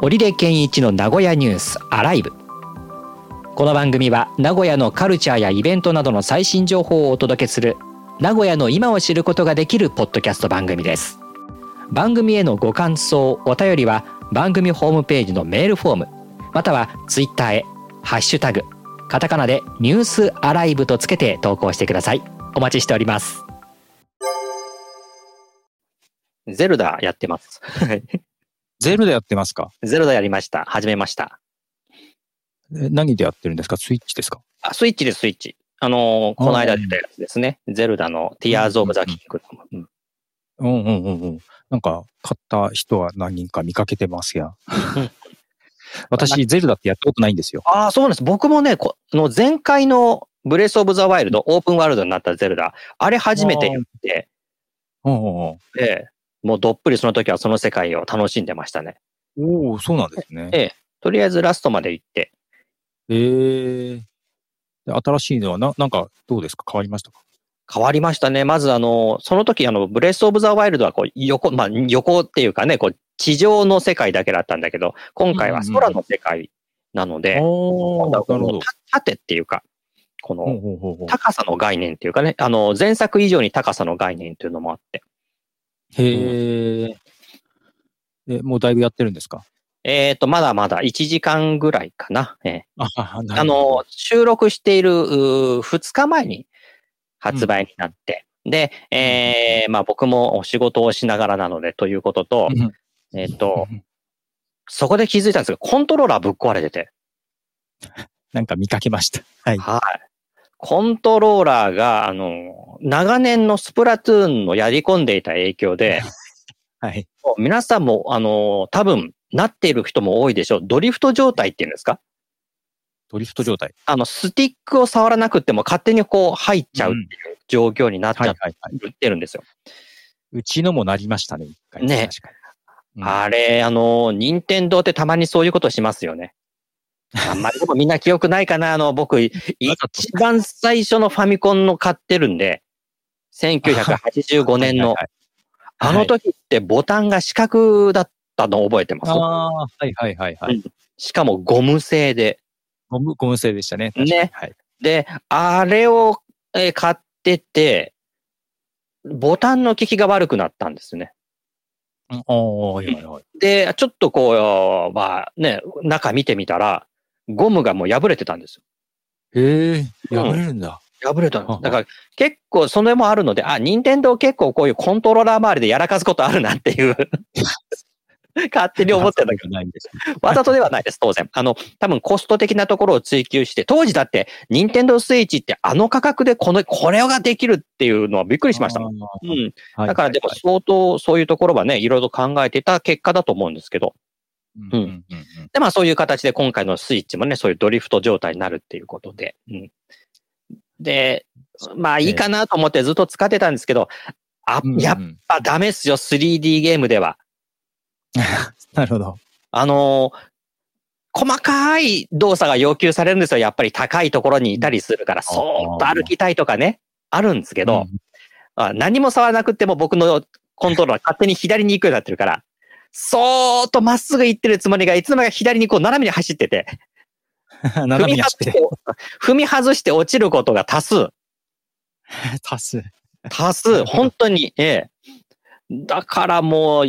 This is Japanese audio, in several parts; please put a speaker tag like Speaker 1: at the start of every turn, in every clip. Speaker 1: 織出健一の名古屋ニュースアライブこの番組は名古屋のカルチャーやイベントなどの最新情報をお届けする名古屋の今を知ることができるポッドキャスト番組です番組へのご感想お便りは番組ホームページのメールフォームまたはツイッターへハッシュタグカタカナでニュースアライブとつけて投稿してくださいお待ちしておりますゼルダやってます
Speaker 2: ゼルダやってますか
Speaker 1: ゼルダやりました始めました
Speaker 2: え何でやってるんですかスイッチですか
Speaker 1: あ、スイッチです、スイッチ。あのーこの間出たやつですね。ゼルダの Tears of the Kingdom。うん
Speaker 2: うんうんうんうん。なんか、買った人は何人か見かけてます やん
Speaker 1: うん。
Speaker 2: 私、ゼルダってやったことないんですよ。
Speaker 1: ああ、そうなんです。僕もね、こあの前回のブレスオブザワイルド、オープンワールドになったゼルダ、あれ初めてやって、
Speaker 2: うんうんうん
Speaker 1: ええもうどっぷりその時はその世界を楽しんでましたね。
Speaker 2: おおそうなんですね。
Speaker 1: えとりあえずラストまで行って、
Speaker 2: えーで新しいのはな、なんか、どうですか変わりましたか
Speaker 1: 変わりましたね。まずあの、その時あの、ブレスオブザワイルドはこう横、まあ横っていうかね、こう地上の世界だけだったんだけど、今回は空の世界なので、
Speaker 2: お
Speaker 1: なんか
Speaker 2: ーなる
Speaker 1: この
Speaker 2: ほど。
Speaker 1: た縦っていうか、こ
Speaker 2: ほ
Speaker 1: の
Speaker 2: うほうほうほう
Speaker 1: 高さの概念っていうかね、あの、前作以上に高さの概念っていうのもあって、
Speaker 2: へえ。え、もうだいぶやってるんですか
Speaker 1: えっ、と、まだまだ1時間ぐらいかな。え
Speaker 2: あ、
Speaker 1: え
Speaker 2: な
Speaker 1: あ
Speaker 2: るほど
Speaker 1: の、、収録しているうー2日前に発売になって、で、えーまあ僕もお仕事をしながらなのでということと、
Speaker 2: うん
Speaker 1: えっ、と、そこで気づいたんですが、コントローラーぶっ壊れてて、
Speaker 2: なんか見かけました。はい。
Speaker 1: はい。コントローラーが、あの、長年のスプラトゥーンのやり込んでいた影響で、
Speaker 2: はい。
Speaker 1: もう皆さんも、あのー多分、なっている人も多いでしょう。ドリフト状態っていうんですか
Speaker 2: ドリフト状態。
Speaker 1: あの、スティックを触らなくっても勝手にこう入っちゃうっていう状況になっち
Speaker 2: はい
Speaker 1: ゃ
Speaker 2: は
Speaker 1: っ
Speaker 2: いはい。
Speaker 1: てるんですよ。
Speaker 2: うちのもなりましたね、一回。
Speaker 1: ね
Speaker 2: 確かに。うん
Speaker 1: あれ、あのー、任天堂ってたまにそういうことしますよね。あんまりでもみんな記憶ないかな。あの、僕、一番最初のファミコンの買ってるんで、1985年の。
Speaker 2: はいはい
Speaker 1: あ
Speaker 2: はい
Speaker 1: の時ってボタンが四角だったの覚えてます
Speaker 2: ああー、はいはいはいは
Speaker 1: うん
Speaker 2: い。
Speaker 1: しかもゴム製で。
Speaker 2: ゴム、ゴム製でしたね。確かに
Speaker 1: ね
Speaker 2: はい。
Speaker 1: で、あれをえー買ってて、ボタンの効きが悪くなったんですね。
Speaker 2: うんおー、はいはいはい。
Speaker 1: で、ちょっとこう、まあね、中見てみたら、ゴムがもう破れてたんです
Speaker 2: へえ、
Speaker 1: うん
Speaker 2: やめるんだ。
Speaker 1: よ。破れたん
Speaker 2: はは
Speaker 1: だから結構それもあるので、あ、任天堂結構こういうコントローラー周りでやらかすことあるなって いう。勝手に思ってたけ
Speaker 2: けどないんです。
Speaker 1: ど、わざとではないです、当然。あの、多分コスト的なところを追求して、当時だって、任天堂スイッチってあの価格でこの、これができるっていうのはびっくりしましたもん。
Speaker 2: あー。
Speaker 1: うん。
Speaker 2: はい
Speaker 1: だからでも
Speaker 2: はい
Speaker 1: 相当そういうところはね、いろいろ考えてた結果だと思うんですけど。
Speaker 2: うんうんうんうん
Speaker 1: で、まあそういう形で今回のスイッチもね、そういうドリフト状態になるっていうことで。うん、で、まあいいかなと思ってずっと使ってたんですけど、あ
Speaker 2: うんう、ん
Speaker 1: やっぱダメっすよ、3D ゲームでは。
Speaker 2: なるほど。
Speaker 1: あのー細かい動作が要求されるんですよ。やっぱり高いところにいたりするから、そーっと歩きたいとかね、あるんですけど、
Speaker 2: うん
Speaker 1: あ何も触らなくても僕のコントローラー勝手に左に行くようになってるから、そーっとまっすぐ行ってるつもりが、いつの間にか左にこう斜めに走ってて、踏
Speaker 2: 斜
Speaker 1: み
Speaker 2: め
Speaker 1: 外
Speaker 2: に走
Speaker 1: し
Speaker 2: って、
Speaker 1: て、踏み外して落ちることが多数、
Speaker 2: 足す。
Speaker 1: 多 数、本当に、ええ。だからもう、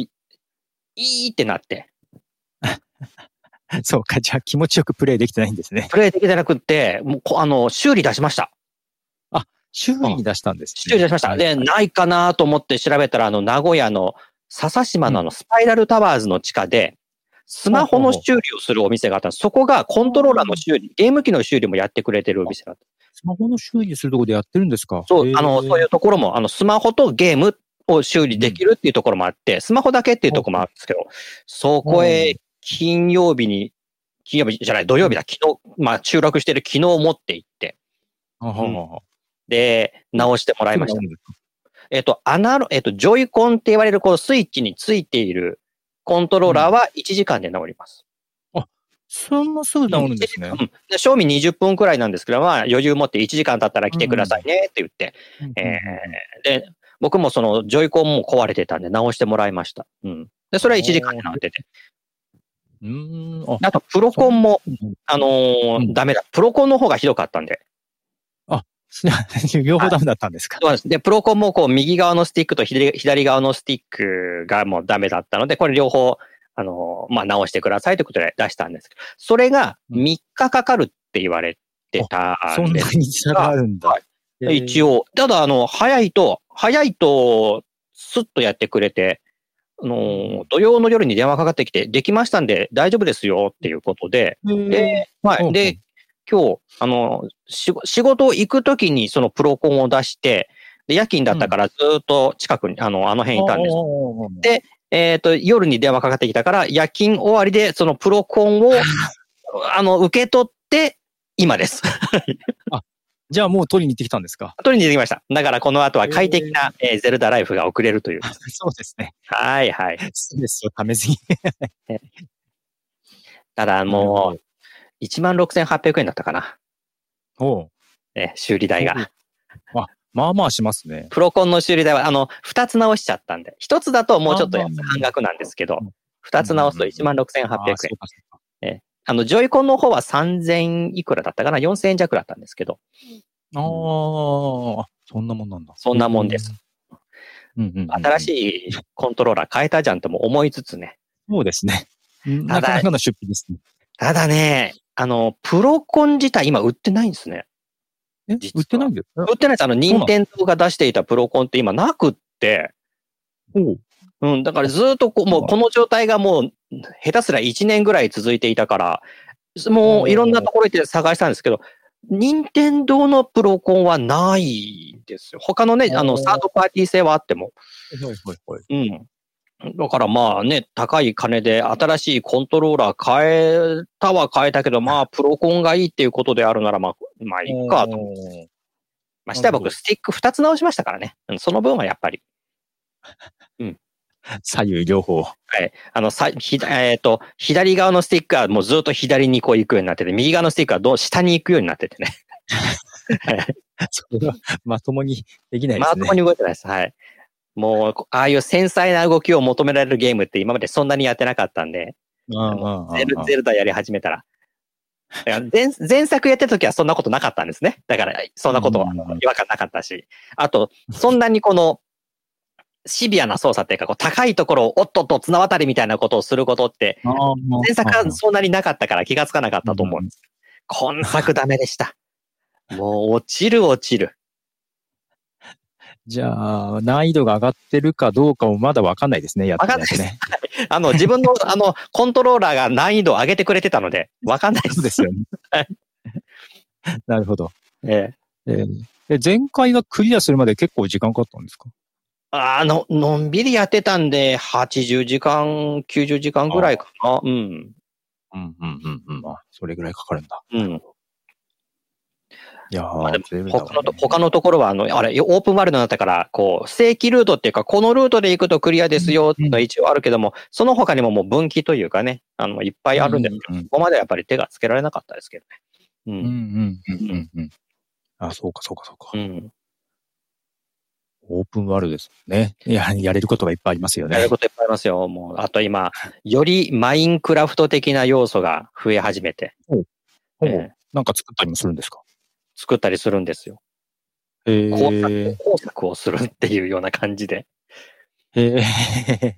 Speaker 1: いいってなって、
Speaker 2: そうか、じゃあ気持ちよくプレイできてないんですね。
Speaker 1: プレイできてなくって、もうこ、あの、修理出しました。
Speaker 2: 修理に出したんですね。
Speaker 1: 修理出しました。
Speaker 2: はい
Speaker 1: で、ないかなと思って調べたら、あの、名古屋の笹島のあの、スパイラルタワーズの地下で、スマホの修理をするお店があったんです。そこがコントローラーの修理、ゲーム機の修理もやってくれてるお店だった。
Speaker 2: スマホの修理するとこでやってるんですか。
Speaker 1: そう、あの、そういううところも、あの、スマホとゲームを修理できるっていうところもあって、スマホだけっていうところもあるんですけど、そこへ金曜日に、金曜日じゃない、土曜日だ、昨日、まあ、収録してる昨日持って行って、
Speaker 2: はははは
Speaker 1: で、直してもらいました。
Speaker 2: そうなんですか
Speaker 1: えっと、アナロ、えっと、ジョイコンって言われる、こう、スイッチについているコントローラーは1時間で治ります。
Speaker 2: そんなすぐ治るんですね
Speaker 1: う。ん。で、賞味20分くらいなんですけど、まあ、余裕持って1時間経ったら来てくださいねって言って。えで、僕もその、ジョイコンも壊れてたんで、直してもらいました。うん。で、それは1時間で治ってて。
Speaker 2: うーん。あ、
Speaker 1: あと、プロコンも、
Speaker 2: うん
Speaker 1: あのー
Speaker 2: うん
Speaker 1: ダメだ。プロコンの方がひどかったんで。
Speaker 2: 両方ダメだったんですか。
Speaker 1: そうなんです。で、プロコンもこう、右側のスティックと左左側のスティックがもうダメだったので、これ両方、あのーまあ、直してくださいということで出したんですけど、それが
Speaker 2: うん
Speaker 1: 3日かかるって言われてた
Speaker 2: そ
Speaker 1: ん
Speaker 2: ん
Speaker 1: で
Speaker 2: な
Speaker 1: す。
Speaker 2: に差があるんだ
Speaker 1: は。一
Speaker 2: 応。
Speaker 1: 応。ただ、あの、早いと、早いと、スッとやってくれて、あのー土曜の夜に電話かかってきて、できましたんで大丈夫ですよっていうことで、で、は
Speaker 2: うんう
Speaker 1: い。
Speaker 2: ん
Speaker 1: で、今日、あの、し仕事行くときにそのプロコンを出して、で、夜勤だったからずーっと近くに、あの、あの辺いたんです。
Speaker 2: す
Speaker 1: でえっ、と、夜に電話かかってきたから、夜勤終わりでそのプロコンを、あの、受け取って、今です。
Speaker 2: じゃあもう取りに行ってきたんですか。
Speaker 1: 取りに行ってきました。だからこの後は快適な、えーゼルダライフが送れるという。
Speaker 2: そうですね。
Speaker 1: はいはい。
Speaker 2: ストレスをためずに。
Speaker 1: ただもう、16,800円だったかな。
Speaker 2: おう
Speaker 1: ね、修理代が。
Speaker 2: まあまあしますね。
Speaker 1: プロコンの修理代は、あの、二つ直しちゃったんで、一つだともうちょっと
Speaker 2: あまあまあ
Speaker 1: 半額なんですけど
Speaker 2: うん、
Speaker 1: 二つ直すと
Speaker 2: うんうんうん
Speaker 1: 16,800
Speaker 2: あ
Speaker 1: 円
Speaker 2: ー。そうかそうか
Speaker 1: あの、ジョイコンの方は3000いくらだったかな ?4000 円弱だったんですけど、
Speaker 2: あーあ、そんなもんなんだ。
Speaker 1: そんなもんです。
Speaker 2: うんうんうんうん、
Speaker 1: 新し
Speaker 2: い。
Speaker 1: いコントローラー変えたじゃんとも思いつつね。
Speaker 2: そうですね。
Speaker 1: ただ
Speaker 2: なかなかの出費ですね。
Speaker 1: ただね、あの、プロコン自体今売ってないんですね。
Speaker 2: え、
Speaker 1: 実は
Speaker 2: 売ってないんですか
Speaker 1: 売ってないです。あの、任天堂が出していたプロコンって今なくって、
Speaker 2: おう
Speaker 1: うん、だからずっとこう、もうこの状態がもう、下手すら1年ぐらい続いていたから、もういろんなところ行って探したんですけど、任天堂のプロコンはないんですよ。他のね、あの、
Speaker 2: おー
Speaker 1: サードパーティー性はあっても。
Speaker 2: はいはいはい。
Speaker 1: うん。だからまあね、高い金で新しいコントローラー変えたは変えたけど、まあプロコンがいいっていうことであるなら、まあ、まあいいかと。
Speaker 2: おー
Speaker 1: まあ、したら
Speaker 2: な
Speaker 1: 僕
Speaker 2: るほど
Speaker 1: スティック2つ直しましたからね。うんその分はやっぱり。
Speaker 2: 左右両方。
Speaker 1: はい。あの、さ、ひだ、えっ、と、左側のスティックはもうずっと左にこう行くようになってて、右側のスティックはどう下に行くようになっててね。
Speaker 2: それはまともにできないで
Speaker 1: ますと
Speaker 2: ね。
Speaker 1: もに動いてないです。はい。もう、こああいう繊細な動きを求められるゲームって今までそんなにやってなかったんで、
Speaker 2: ま
Speaker 1: ゼルゼルダやり始めたら。いや前前作やってた時はそんなことなかったんですね。だから、そんなことは
Speaker 2: うんうんうん
Speaker 1: 違和感なかったし。あと、そんなにこの、シビアな操作っていうか、こう高いところをおっとっと綱渡りみたいなことをすることって、前作はそんなになかったから気がつかなかったと思うんです。今作ダメで した。もう落ちる落ちる。
Speaker 2: じゃあ、難易度が上がってるかどうかもまだわかんないですね。やってないですね。
Speaker 1: あの、自分 の、あの、コントローラーが難易度を上げてくれてたので、わかんないで。
Speaker 2: そうですすよね。 なるほど。
Speaker 1: ええ
Speaker 2: えーえ前回がクリアするまで結構時間かかったんですか
Speaker 1: あの、のんびりやってたんで、80時間、90時間ぐらいかな。うん。
Speaker 2: うんうんうんうん。あ、それぐらいかかるんだ。
Speaker 1: うん。
Speaker 2: いや
Speaker 1: あでも
Speaker 2: ー、
Speaker 1: 他のと、他のところは、あの、あれ、オープンワールドになったから、こう、正規ルートっていうか、このルートで行くとクリアですよ、っていうのは一応あるけども、その他にももう分岐というかね、あの、いっぱいあるんですけど
Speaker 2: うんうん
Speaker 1: ここまではやっぱり手がつけられなかったですけど
Speaker 2: うんう
Speaker 1: ね。
Speaker 2: んうんうんうん。あ、そうかそうかそうか。
Speaker 1: うん。うん。
Speaker 2: オープンワールドですもんね。いや、やれることがいっぱいありますよ
Speaker 1: やる
Speaker 2: ね。
Speaker 1: こといっぱいありますよ。もう、あと今、よりマインクラフト的な要素が増え始めて、
Speaker 2: ほ
Speaker 1: え
Speaker 2: ぼ
Speaker 1: え、
Speaker 2: なんか作ったりもするんですか
Speaker 1: 作ったりするんですよ。
Speaker 2: へ
Speaker 1: 工作
Speaker 2: え
Speaker 1: 工作をするっていうような感じで。
Speaker 2: へえ。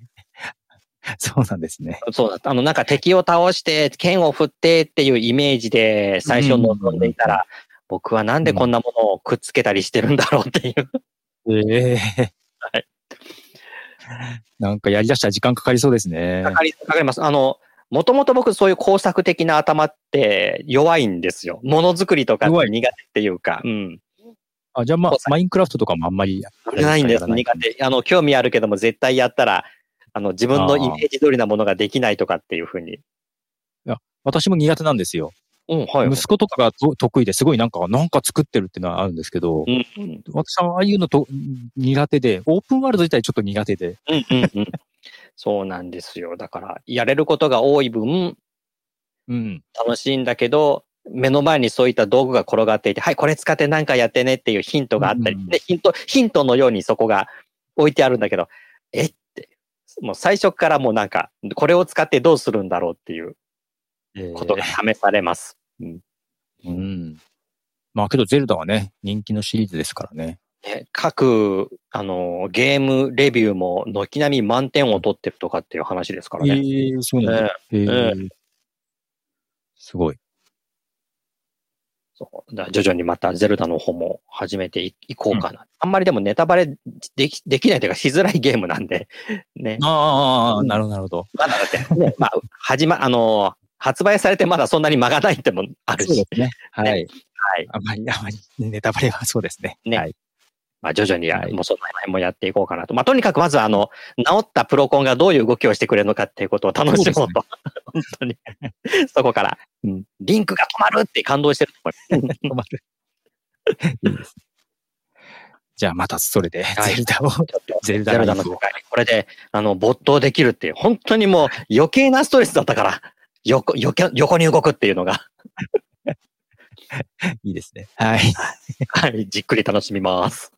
Speaker 2: そうなんですね。
Speaker 1: そうだった。あの、なんか敵を倒して、剣を振ってっていうイメージで最初望んでいたら、僕はなんでこんなものをくっつけたりしてるんだろうっていう。
Speaker 2: ええ
Speaker 1: はい
Speaker 2: なんかやりだしたら時間かかりそうですね
Speaker 1: か。かり、かかります。あの、もともと僕そういう工作的な頭って弱いんですよ。ものづくりとか
Speaker 2: 弱
Speaker 1: 苦
Speaker 2: い
Speaker 1: 手っていうか。うん。
Speaker 2: あ、じゃあまあ
Speaker 1: そうです、ね
Speaker 2: マインクラフトとかもあんまり
Speaker 1: ないんです。
Speaker 2: やらない
Speaker 1: 苦手。あの、興味あるけども、絶対やったら、あの、自分の
Speaker 2: あー
Speaker 1: イメージ通りなものができないとかっていうふうに。
Speaker 2: 私も苦手なんですよ。
Speaker 1: うん、は
Speaker 2: 息子とかがと得意ですごいなんか、なんか作ってるっていうのはあるんですけど、
Speaker 1: うん、うん、
Speaker 2: 私はああいうのと苦手で、オープンワールド自体ちょっと苦手で、
Speaker 1: うん、うんうん。そうなんですよ。だから、やれることが多い分、
Speaker 2: うん。
Speaker 1: 楽しいんだけど、目の前にそういった道具が転がっていて、はい、これ使って何かやってねっていうヒントがあったり、
Speaker 2: うん
Speaker 1: でヒント、ヒントのようにそこが置いてあるんだけど、えって、もう最初からもうなんか、これを使ってどうするんだろうっていうことが試されます。
Speaker 2: うん。まあけど、ゼルダはね、人気のシリーズですからね。
Speaker 1: ね各、あの、ゲームレビューも軒並み満点を取ってるとかっていう話ですからね。
Speaker 2: ええそうなんだ。ええすごい。
Speaker 1: そうだから徐々にまたゼルダの方も始めていいこうかな。あんまりでもネタバレできできないというかしづらいゲームなんで、ね。
Speaker 2: ああ、なるほど、なるほど。
Speaker 1: まだだって、ね、まあ、始ま、あの、発売されてまだそんなに間がないってもある
Speaker 2: そう
Speaker 1: し
Speaker 2: で、すね。はい。
Speaker 1: ねはい
Speaker 2: あまり、あまり、ネタバレはそうですね。
Speaker 1: ね
Speaker 2: はい。
Speaker 1: まあ、徐々にや、
Speaker 2: はい
Speaker 1: もうその辺もやっていこうかなと。まあ、とにかくまずあの、治ったプロコンがどういう動きをしてくれるのかっていうことを楽しもうと。本当に。そこから、うんリンクが止まるって感動してると思います。
Speaker 2: 止まる。いいですねじゃあ、またそれで、
Speaker 1: はい
Speaker 2: ゼルダを。
Speaker 1: ちょっと
Speaker 2: ゼル
Speaker 1: ゼルダ
Speaker 2: ダ
Speaker 1: の
Speaker 2: の
Speaker 1: 世界にこれで、あの、没頭できるっていう、本当にもう余計なストレスだったから、横、横横に動くっていうのが、
Speaker 2: いいですね。はい。
Speaker 1: はい、じっくり楽しみます。